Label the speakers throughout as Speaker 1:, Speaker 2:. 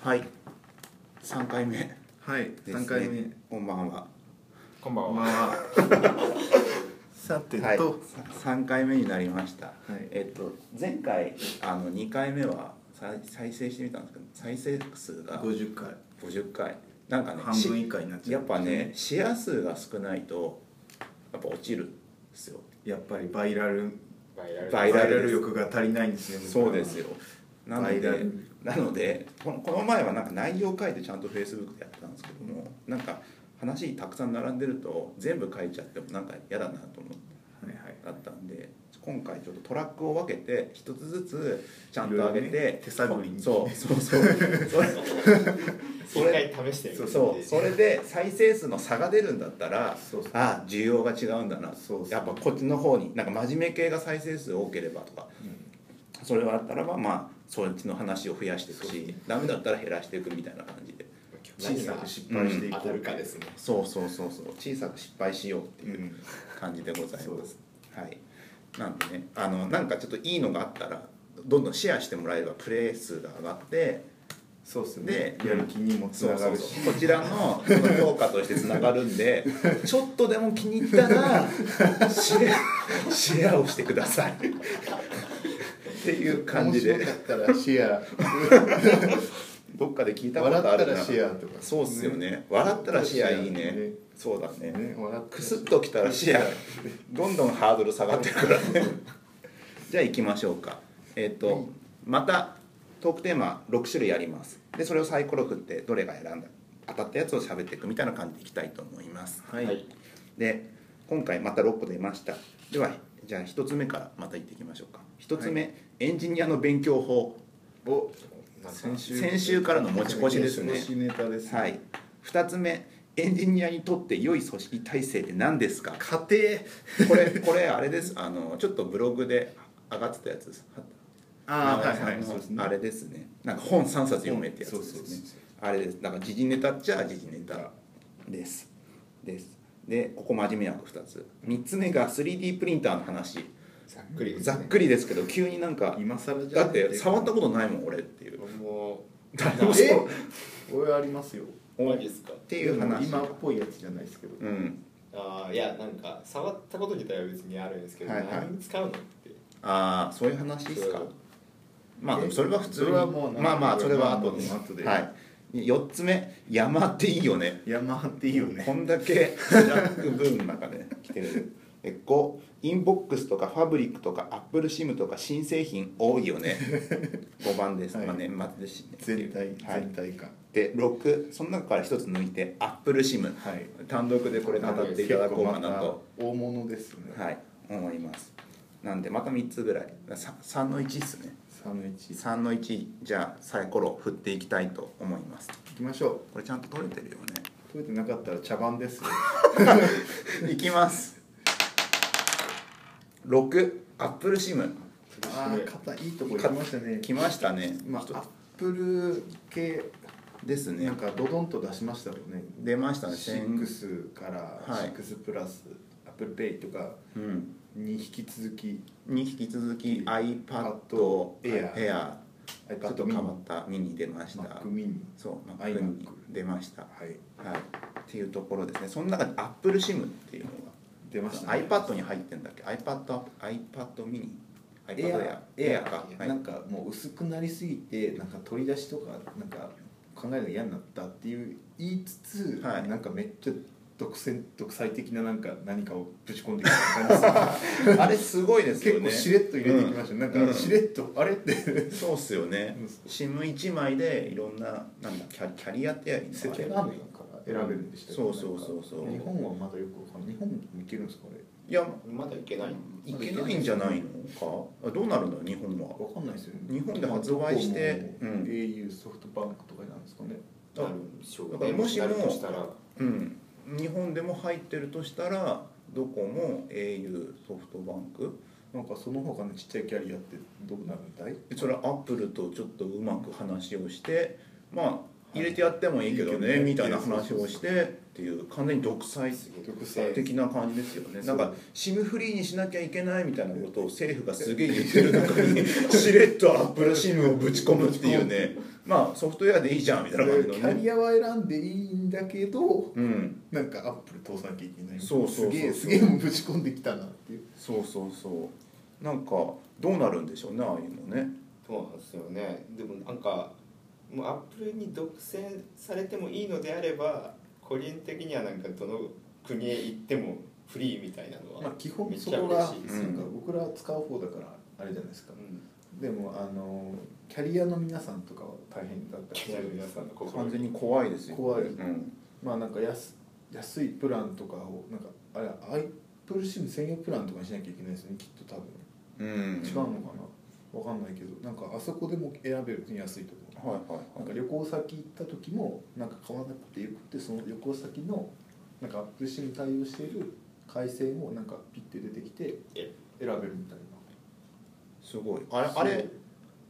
Speaker 1: はい3回目
Speaker 2: はい、
Speaker 1: です、ね、
Speaker 2: 三回目。
Speaker 1: こんばんは
Speaker 3: こんばん
Speaker 2: こ
Speaker 3: は
Speaker 2: ん。ばんは。さてと、
Speaker 1: はい3回目になりました、
Speaker 2: い
Speaker 1: えっと前回あの2回目は再再生してみたんですけど再生数が
Speaker 2: 五十回
Speaker 1: 50回なんかね
Speaker 2: 半分以下になっ
Speaker 1: し
Speaker 2: ちゃ
Speaker 1: や
Speaker 2: う
Speaker 1: っ。ぱねシェア数が少ないとやっぱ落ちるんですよ
Speaker 2: やっぱりバイラル
Speaker 3: バイラル
Speaker 1: バイラルです
Speaker 2: 欲が足りないんですね。僕は
Speaker 1: そうですよ。なの
Speaker 2: バイラ
Speaker 1: で
Speaker 2: ル
Speaker 1: なのでこのこの前はなんか内容書いてちゃんとフェイスブックでやってたんですけどもなんか話たくさん並んでると全部書いちゃってもなんか嫌だなと思
Speaker 2: はいはい。
Speaker 1: だったんで今回ちょっとトラックを分けて一つずつちゃんと上げ
Speaker 2: い
Speaker 1: て、
Speaker 2: ろいろ ね手探りに
Speaker 1: そうそうそうそれ
Speaker 3: 一回試してみ
Speaker 1: そ
Speaker 3: る
Speaker 1: うそうそれで再生数の差が出るんだったら
Speaker 2: そうそう
Speaker 1: あ需要が違うんだな
Speaker 2: そうそう
Speaker 1: やっぱこっちの方になんか真面目系が再生数多ければとか、それがあったらばまあそっちの話を増やしていくしダメだったら減らしていくみたいな感じで
Speaker 2: 小さく失敗していこ
Speaker 3: 当
Speaker 2: う。
Speaker 3: たるかですね。
Speaker 1: そうそうそうそう小さく失敗しようって
Speaker 2: う。
Speaker 1: いうん感じでござい
Speaker 2: そう
Speaker 1: ま。
Speaker 2: です
Speaker 1: はい。なんでね、あのなんかちょっといいのがあったらどんどんシェアしてもらえればプレイ数が上がって、
Speaker 2: そうですね
Speaker 1: で。
Speaker 2: やる気にもつ
Speaker 1: そう
Speaker 2: な
Speaker 1: そ
Speaker 2: が
Speaker 1: う
Speaker 2: る
Speaker 1: そ
Speaker 2: し。
Speaker 1: うこちらのその評価としてつながる んで、ちょっとでも気に入ったらシェアシェアをしてください。っていう感じ
Speaker 4: 面
Speaker 1: で
Speaker 4: 白かったらシェ
Speaker 1: どっかで聞いたことあるな
Speaker 4: 笑ったらシェアとか
Speaker 1: そうっすよね笑ったらシェアいいね
Speaker 4: ね
Speaker 1: そうだね
Speaker 4: ア、ね、笑って
Speaker 1: くすっときたらシェアどんどんハードル下がってるからねじゃあ行きましょうかえっ、と、またトークテーマ6種類ありますでそれをサイコロ振ってどれが選んだ当たったやつを喋っていくみたいな感じでいきたいと思います
Speaker 2: はい。
Speaker 3: はい。
Speaker 1: で今回また6個出ましたではじゃあ1つ目からまた行っていきましょうか1つ目、エンジニアの勉強法
Speaker 2: お、
Speaker 3: なんか
Speaker 2: 先週
Speaker 1: 先週からの持ち越しですね
Speaker 2: 持ち越しネタですね。
Speaker 1: はい2つ目エンジニアにとって良い組織体制って何ですか
Speaker 2: 家庭。
Speaker 1: これこれあれですあのちょっとブログで上がってたやつです
Speaker 2: ああ
Speaker 1: 直江
Speaker 2: は
Speaker 1: さんの
Speaker 2: いはい。そうですね。
Speaker 1: あれですねなんか本3冊読めってやつ
Speaker 2: そう
Speaker 1: で
Speaker 2: そう
Speaker 1: す
Speaker 2: そう
Speaker 1: ねあれですなんか時事ネタっちゃ時事ネタですですでここ真面目枠2つ3つ目が 3D プリンターの話
Speaker 3: ざっくりですね。
Speaker 1: ざっくりですけど急になんか
Speaker 2: 今更じゃ
Speaker 1: だ
Speaker 2: ん
Speaker 1: って触ったことないもん俺っていう
Speaker 3: も
Speaker 1: 誰もそう
Speaker 2: え俺ありますよ。
Speaker 3: うマジですか。
Speaker 1: っていう話
Speaker 2: 今っぽいやつじゃないですけど。
Speaker 1: うん
Speaker 3: ああいやなんか触ったこと自体は別にあるんですけど、
Speaker 1: はいはい
Speaker 3: 何に使うのって。
Speaker 1: ああそういう話ですか
Speaker 3: そう
Speaker 1: まあでもそれは普通
Speaker 2: そ
Speaker 1: に
Speaker 2: れはもうなんか
Speaker 1: まあまあそれは後で
Speaker 2: まあまあ後で
Speaker 1: はい、4つ目山っていいよね
Speaker 2: 山っていいよ
Speaker 1: こ
Speaker 2: ね。
Speaker 1: んだけジャックブームの中で来てるえ5インボックスとかファブリックとかアップルシムとか新製品多いよ ね5番です、
Speaker 2: はい
Speaker 1: まあ年末ですしね
Speaker 2: 全体
Speaker 1: はい
Speaker 2: 全体感。
Speaker 1: で6その中から1つ抜いてアップルシム、
Speaker 2: はい
Speaker 1: 単独でこれ語っていただこうかなと
Speaker 2: 結構また大物ですね。
Speaker 1: はい思いますなんでまた3つぐらい 3, 3の1ですね
Speaker 2: サムイチ。
Speaker 1: 3の1じゃあサイコロ振っていきたいと思います
Speaker 2: 行きましょ
Speaker 1: これちゃんと取れてるよね
Speaker 2: う。取れてなかったら茶番ですよ。
Speaker 1: いきます6アップルシム
Speaker 2: ああ、肩いいとこ行きましたね。
Speaker 1: 来ましたね、
Speaker 2: まあ、アップル系
Speaker 1: ですね
Speaker 2: なんかドドンと出しましたよね。
Speaker 1: 出ましたね1000
Speaker 2: 6から
Speaker 1: はい
Speaker 2: 6プラス、アップルペイとか
Speaker 1: うん
Speaker 2: に引き続き
Speaker 1: に引き続き iPad Air
Speaker 2: Air
Speaker 1: ちょっ
Speaker 2: iPad
Speaker 1: と変わっ
Speaker 2: mini、
Speaker 1: たミニ出ました
Speaker 2: Mac mini、
Speaker 1: そう
Speaker 2: iMac
Speaker 1: Mac に出ましたは
Speaker 2: はい、
Speaker 1: いっていうところですねその中で Apple SIM っていうの
Speaker 2: 出ました
Speaker 1: が
Speaker 2: ね。
Speaker 1: iPad に入ってんだっけ iPad iPad mini iPad
Speaker 2: Air
Speaker 1: Air かはい
Speaker 2: なんかもう薄くなりすぎてなんか取り出しとかなんか考えるの嫌になったっていう言いつつ、
Speaker 1: はい
Speaker 2: なんかめっちゃ独占独裁的ななんか何かをぶち込んでき た感
Speaker 1: あれすごいで
Speaker 2: じ
Speaker 1: す
Speaker 2: 結
Speaker 1: よね
Speaker 2: 構しれっと入れてきました、
Speaker 1: うん
Speaker 2: なんかしれっと、あれって
Speaker 1: そうっすよね
Speaker 2: うん。
Speaker 1: シム一枚でいろんななんだキャキャリアってやり
Speaker 2: 世界ラーメンから選べるんでしたっけ
Speaker 1: そうそうそうそう
Speaker 2: なんか日本はまだよくわかんない日本もいけるんですかあれ
Speaker 1: いや
Speaker 3: まだいけない。
Speaker 1: いけないんじゃないのか。あどうなるの日本は。
Speaker 2: わかんないですよね
Speaker 1: 日本で発売して
Speaker 2: ドコモ
Speaker 1: うん
Speaker 2: au ソフトバンクとかになるんですかね
Speaker 3: なるんでしょう
Speaker 1: だからもしも
Speaker 3: なるとしたら
Speaker 1: うん。日本でも入ってるとしたらドコモ、au、ソフトバンク。
Speaker 2: なんかその他のちっちゃいキャリアってどうなるんだい
Speaker 1: それはアップルとちょっとうまく話をして、まあ。入れてやってもいいけどね、
Speaker 2: いいけどね
Speaker 1: みたいな話をしてっていう完全に独裁
Speaker 2: 独裁
Speaker 1: 的な感じですよね
Speaker 2: そう
Speaker 1: なんか SIM フリーにしなきゃいけないみたいな ことを政府がすげえ言ってる中にしれっとアップル SIM をぶち込むっていうねまあソフトウェアでいいじゃんみ
Speaker 2: キ
Speaker 1: たいな感じの
Speaker 2: ャ
Speaker 1: ね
Speaker 2: リアは選んでいいんだけど
Speaker 1: うん
Speaker 2: なんかアップル通さなきゃいけない
Speaker 1: そうそうそうそう
Speaker 2: すげえすげえぶち込んできたなっていう
Speaker 1: そうそうそうなんかどうなるんでしょうねああいうのね
Speaker 3: そうなんですよねでもなんかもうアップルに独占されてもいいのであれば個人的にはなんかどの国へ行ってもフリーみたいなのは
Speaker 2: まあ基本
Speaker 3: めっ
Speaker 2: そ
Speaker 3: ちゃ
Speaker 2: こ
Speaker 3: 嬉
Speaker 2: が
Speaker 3: しいです
Speaker 1: う
Speaker 3: よ、
Speaker 1: ん
Speaker 2: なんか僕らは使う方だからあれじゃないですか
Speaker 3: うん
Speaker 2: でもあのキャリアの皆さんとかは大変だった
Speaker 3: キャリアの皆さんの心
Speaker 1: 完全に怖いですよ
Speaker 2: 怖い
Speaker 1: うん、
Speaker 2: まあなんか安安いプランとかをなんかあれアイプルシム専用プランとかにしなきゃいけないですよねきっと多分
Speaker 1: うん、
Speaker 2: 違うのかなわかんないけどなんかあそこでも選べる国安いとこ
Speaker 1: はいは
Speaker 2: なん
Speaker 1: い
Speaker 2: か
Speaker 1: はい
Speaker 2: 旅行先行った時もなんか買わなくてよくてその旅行先のなんかアップルシム対応している回線をなんかピッて出てきて
Speaker 3: え
Speaker 2: 選べるみたいな
Speaker 1: すごいあれあれ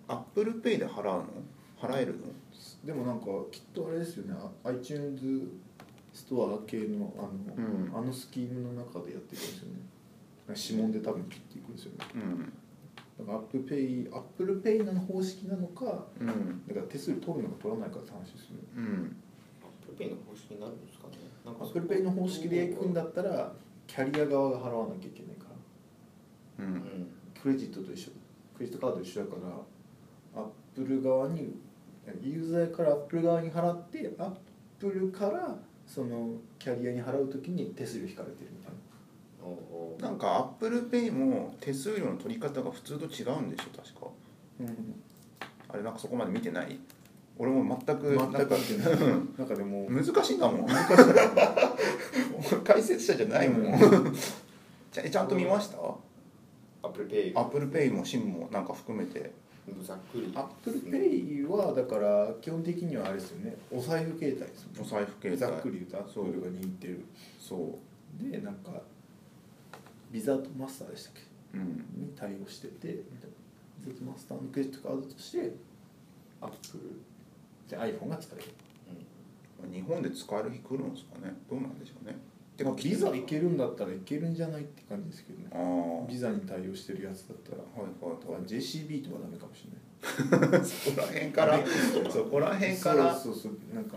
Speaker 1: アップルペイで払うの払えるの
Speaker 2: でもなんかきっとあれですよねあ iTunes ストア系のあの,、
Speaker 1: うん
Speaker 2: あのスキームの中でやっていくんですよねなんか指紋で多分切っていくんですよね
Speaker 1: うん
Speaker 2: だからアップペイアップルペイなの方式なのか
Speaker 1: うん
Speaker 2: だから手数料取るのか取らないかって話ですよね
Speaker 1: うん
Speaker 3: アップルペイの方式になるんですかねなん
Speaker 2: ア
Speaker 3: か
Speaker 2: ップルペイの方式でいくんだ
Speaker 3: っ
Speaker 2: ったらキャリア側が払わなきゃいけないから
Speaker 1: う
Speaker 3: うんん
Speaker 2: クレジットと一緒クレジットカードと一緒だからアップル側にユーザーからアップル側に払ってアップルからそのキャリアに払う時に手数料引かれてるみたい
Speaker 3: おお
Speaker 1: なんかアップルペイも手数料の取り方が普通と違うんでしょ確か
Speaker 2: な、
Speaker 1: あれなんかそこまで見てない俺も全くなん
Speaker 2: 全
Speaker 1: か
Speaker 2: く見て ないなんかでも
Speaker 1: 難しいんだもん 解説者じゃないもんちゃちゃんと見ました
Speaker 3: アップルペイ
Speaker 1: アップルペイも SIM もなんか含めて
Speaker 3: ざっくり
Speaker 2: アップルペイはだから基本的にはあれですよねお財布形態ですよ
Speaker 1: お
Speaker 2: ね
Speaker 1: 財布携帯
Speaker 2: ざっくり言うとアップルが握ってる
Speaker 1: そ
Speaker 2: でなんかビザとマスターでしたっけ
Speaker 1: ううん
Speaker 2: に対応しててビザとマスターのクレジットカードとしてアップルで iPhone が使える
Speaker 1: 日本で使える日来るんですかねどうなんでしょうねて
Speaker 2: ま
Speaker 1: か
Speaker 2: あビザいけるんだったらいけるんじゃないって感じですけど
Speaker 1: あ
Speaker 2: ね
Speaker 1: あはい
Speaker 2: ビザに対応してるやつだったら
Speaker 1: はい
Speaker 2: だ
Speaker 1: は
Speaker 2: から JCB とかダメかもしれない
Speaker 1: いそこら辺 からそこら辺から
Speaker 2: そうそうそうなんか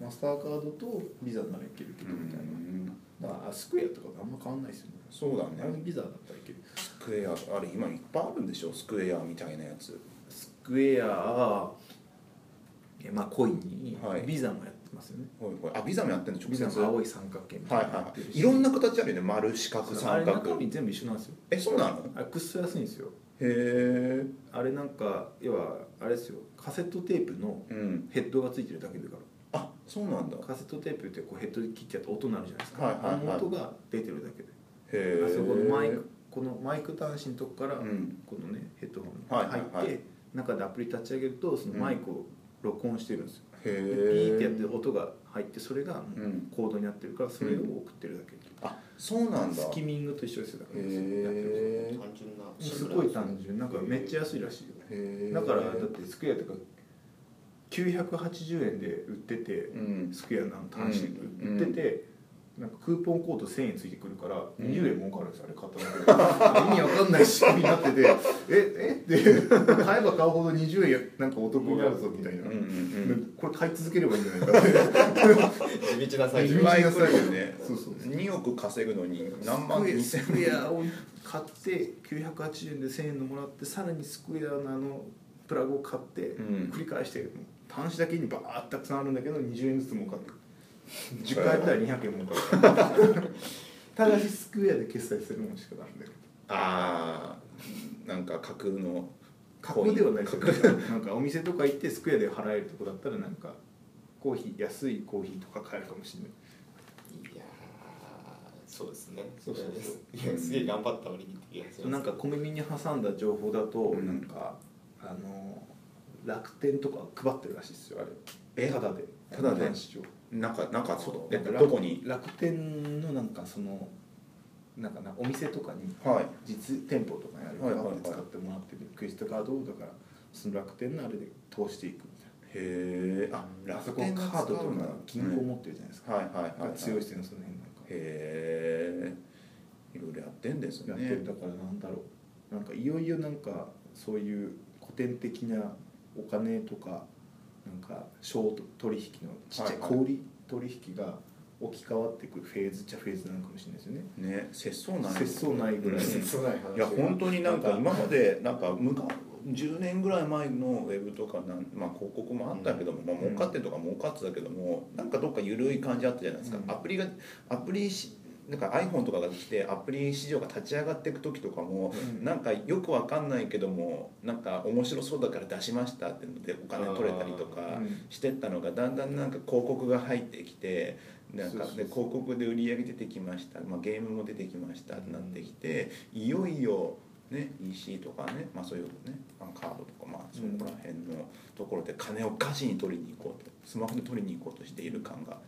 Speaker 2: マスターカードとビザならいけるけ
Speaker 1: う
Speaker 2: どみたいなんだからあスクエアとかとあんま変わんないですよね
Speaker 1: そうだ
Speaker 2: あれ
Speaker 1: ね
Speaker 2: もビザだったらいける
Speaker 1: スクエアあれ今いっぱいあるんでしょスクエアみたいなやつ
Speaker 2: スクエアえまあコインに
Speaker 1: はい
Speaker 2: ビザもやってますよね、
Speaker 1: はいはいあビザもやってんの直
Speaker 2: ビ
Speaker 1: 接
Speaker 2: ザの
Speaker 1: はい
Speaker 2: 青い三角形みたい
Speaker 1: は
Speaker 2: なのやって
Speaker 1: い
Speaker 2: る
Speaker 1: は
Speaker 2: し
Speaker 1: いいろんな形あるよね丸四角
Speaker 2: あ
Speaker 1: 三
Speaker 2: れ中
Speaker 1: 角
Speaker 2: 身全部一緒なんですよ
Speaker 1: えそうなのへ
Speaker 2: あれくっそ安いんですよ
Speaker 1: え
Speaker 2: あれなんか要はあれですよカセットテープの
Speaker 1: うん
Speaker 2: ヘッドがついてるだけだか
Speaker 1: あそうなんだ
Speaker 2: らカセットテープってこうヘッドで切ってやると音鳴るじゃないですか、
Speaker 1: はいはいはい
Speaker 2: あの音が出てるだけで
Speaker 1: へえ
Speaker 2: あそこのマイクこのマイク端子のとこから、
Speaker 1: うん
Speaker 2: このねヘッドホ
Speaker 1: は
Speaker 2: ン
Speaker 1: い
Speaker 2: が
Speaker 1: はい
Speaker 2: 入っ
Speaker 1: は
Speaker 2: て、
Speaker 1: い
Speaker 2: 中でアプリ立ち上げるとそのマイクを録音してるんですよ、
Speaker 1: へ
Speaker 2: でピーってやって
Speaker 1: え
Speaker 2: 音が入ってそれがもう
Speaker 1: うん
Speaker 2: コードになってるからそれを送ってるだけ、
Speaker 1: あそうなんだ
Speaker 2: スキ
Speaker 1: へ
Speaker 2: ミングと一緒ですよだからやってる
Speaker 1: え
Speaker 3: 単純な
Speaker 2: ことすごい単純なんかめっちゃ安いらしいよ
Speaker 1: へえ
Speaker 2: だからだってスクエアとか980円で売ってて
Speaker 1: うん
Speaker 2: スクエアの端子で
Speaker 1: うん
Speaker 2: 売ってて、なんかクーポンコード1000円ついてくるから20円儲かるんですよ、あれ買っただけで意味わかんない仕組みになって てええって買えば買うほど20円なんかお得になるぞみたいな、
Speaker 1: うんうん
Speaker 2: これ買い続ければいいんじゃないかって
Speaker 3: 地道な
Speaker 1: う
Speaker 3: 作
Speaker 1: ん
Speaker 2: 地
Speaker 1: 2倍
Speaker 2: 道
Speaker 1: くらいよね
Speaker 2: そうそうそう
Speaker 1: 2億稼ぐのに何万2
Speaker 2: ス
Speaker 1: 千
Speaker 2: クエアを買って980円で1000円のもらってさらにスクエアのあのプラグを買って、
Speaker 1: うん
Speaker 2: 繰り返して端子だけにバーッてたくさんあるんだけど20円ずつ儲かってる10回やったら200円儲かるただしスクエアで決済するもんしかダメだけど
Speaker 1: ああなんか架空の
Speaker 2: 過去ではないですよねなんかお店とか行ってスクエアで払えるとこだったらなんかコーヒー安いコーヒーとか買えるかもしれない
Speaker 3: いやーそうですね
Speaker 2: そうそうそう
Speaker 3: いやすげえ頑張った割にって気がします
Speaker 2: なんか小耳に挟んだ情報だと、
Speaker 1: うん
Speaker 2: なんかあの楽天とか配ってるらしいですよあれ
Speaker 1: え
Speaker 2: タダで
Speaker 1: タダで
Speaker 2: 端子を
Speaker 1: なんかなんかそうえ
Speaker 2: なんか
Speaker 1: どこに
Speaker 2: 楽天のなんかそのなんかなお店とかに
Speaker 1: はい
Speaker 2: 実店舗とかにある
Speaker 1: はいはい
Speaker 2: か
Speaker 1: はい
Speaker 2: って使ってもらってるクレジットカードをだからその楽天のあれで通していくみたい
Speaker 1: へ
Speaker 2: な
Speaker 1: えあ
Speaker 2: あそ
Speaker 1: 楽
Speaker 2: この
Speaker 1: 天
Speaker 2: カ
Speaker 1: が
Speaker 2: ード
Speaker 1: 使
Speaker 2: と
Speaker 1: うんだ
Speaker 2: か銀行持ってるじゃないですか、
Speaker 1: はいはいはい、はい、
Speaker 2: 強いですよねその辺なんか
Speaker 1: へえいろいろやってんですね
Speaker 2: やってるだからなんだろうなんかいよいよなんかそういう古典的なお金とかなんか小取引のちっちゃい
Speaker 1: はい
Speaker 2: 小売り取引が置き換わってくるフェーズっちゃフェーズなのかもしれないですよね。
Speaker 1: ね節操ない
Speaker 2: 節操ないぐらい
Speaker 1: うん
Speaker 3: そうない話
Speaker 1: いや本当になんか今までなんかむか10年ぐらい前のウェブとかなん、まあ、広告もあったけども、まあ、儲かってるとか儲かってたけどもなんかどっか緩い感じあったじゃないですか、
Speaker 2: うん
Speaker 1: アプリがアプリしなんか iPhone とかが来てアプリ市場が立ち上がっていく時とかも、
Speaker 2: うん
Speaker 1: なんかよくわかんないけどもなんか面白そうだから出しましたってのでお金取れたりとか
Speaker 2: うん
Speaker 1: してったのがだんだんなんか広告が入ってきてなんか
Speaker 2: そうそう
Speaker 1: で
Speaker 2: そう
Speaker 1: 広告で売り上げ出てきました、まあ、ゲームも出てきましたってなってきて、いよいよ、ね、EC とかね、まあ、そういうねあのカードとか、まあ、そこら辺のところで金を貸しに取りに行こうとスマホで取りに行こうとしている感が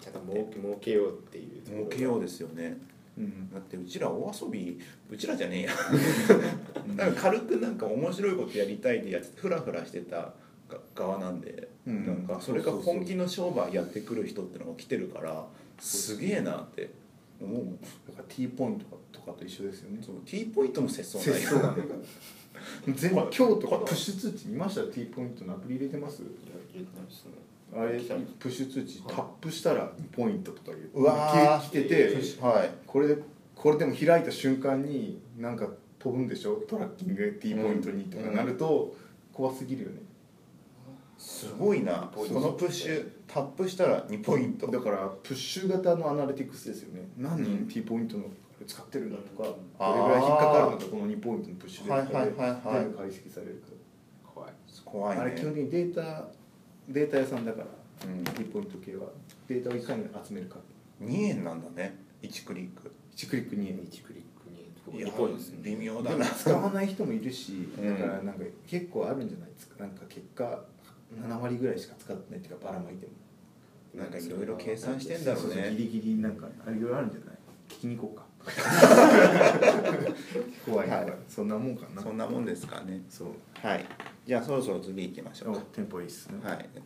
Speaker 3: ちゃんと儲け儲けようっていう
Speaker 1: 儲けよう
Speaker 3: う
Speaker 1: ですよね。
Speaker 2: うん
Speaker 1: だってうちらお遊びうちらじゃねえやなんか軽くなんか面白いことやりたいでやってフラフラしてたが側なんで、
Speaker 2: うん
Speaker 1: なんかそれが本気の商売やってくる人ってのが来てるからすげえなって思うもん
Speaker 2: だから T ポイントとかと一緒ですよね。
Speaker 1: そう T ポイントも節操ない
Speaker 2: 節操が
Speaker 1: よ
Speaker 2: ないから全今日とかプッシュ通知見ました T ポイントのアプリ入れてますあれプッシュ通知タップしたら2ポイントとかいう
Speaker 1: うわー
Speaker 2: き来てて、
Speaker 1: はい
Speaker 2: これこれでも開いた瞬間になんか飛ぶんでしょトラッキング T ポイントにとかなると怖すぎるよね、
Speaker 1: すごいなこ
Speaker 3: そう
Speaker 1: のプッシュタップしたら2ポイント
Speaker 2: だからプッシュ型のアナリティクスですよね何
Speaker 1: う
Speaker 2: 人
Speaker 1: ん
Speaker 2: T ポイントのこれ使ってるんだとか
Speaker 1: あー
Speaker 2: どれぐらい引っかかるのかこの2ポイントのプッシュでとか
Speaker 1: はい
Speaker 2: で
Speaker 1: はいはいはい
Speaker 2: 全部解析されるから
Speaker 3: 怖い
Speaker 1: 怖いね
Speaker 2: あれ基本的にデータデータ屋さんだから、
Speaker 1: うん
Speaker 2: T ポイント系はデータをいかに集めるか
Speaker 1: 2円なんだね1クリック
Speaker 2: 1クリック2円
Speaker 3: 1クリックに
Speaker 1: いや
Speaker 3: 2ポイントですね
Speaker 1: 微妙
Speaker 2: で
Speaker 1: だ
Speaker 2: も
Speaker 1: な
Speaker 2: 使わない人もいるし
Speaker 1: うん
Speaker 2: だからなんか結構あるんじゃないですかなんか結果7割ぐらいしか使ってないっていうかばらまいても
Speaker 1: なんかいろいろ計算してんだろう
Speaker 2: そうそう
Speaker 1: ね
Speaker 2: ギリギリなんかあいろいろあるんじゃない聞きに行こうか 怖い怖い、
Speaker 1: はい
Speaker 2: そんなもんかな
Speaker 1: そんなもんですかね
Speaker 2: そう
Speaker 1: はいじゃあそろそろ次行きましょう
Speaker 2: おテンポいいっすね
Speaker 1: かはい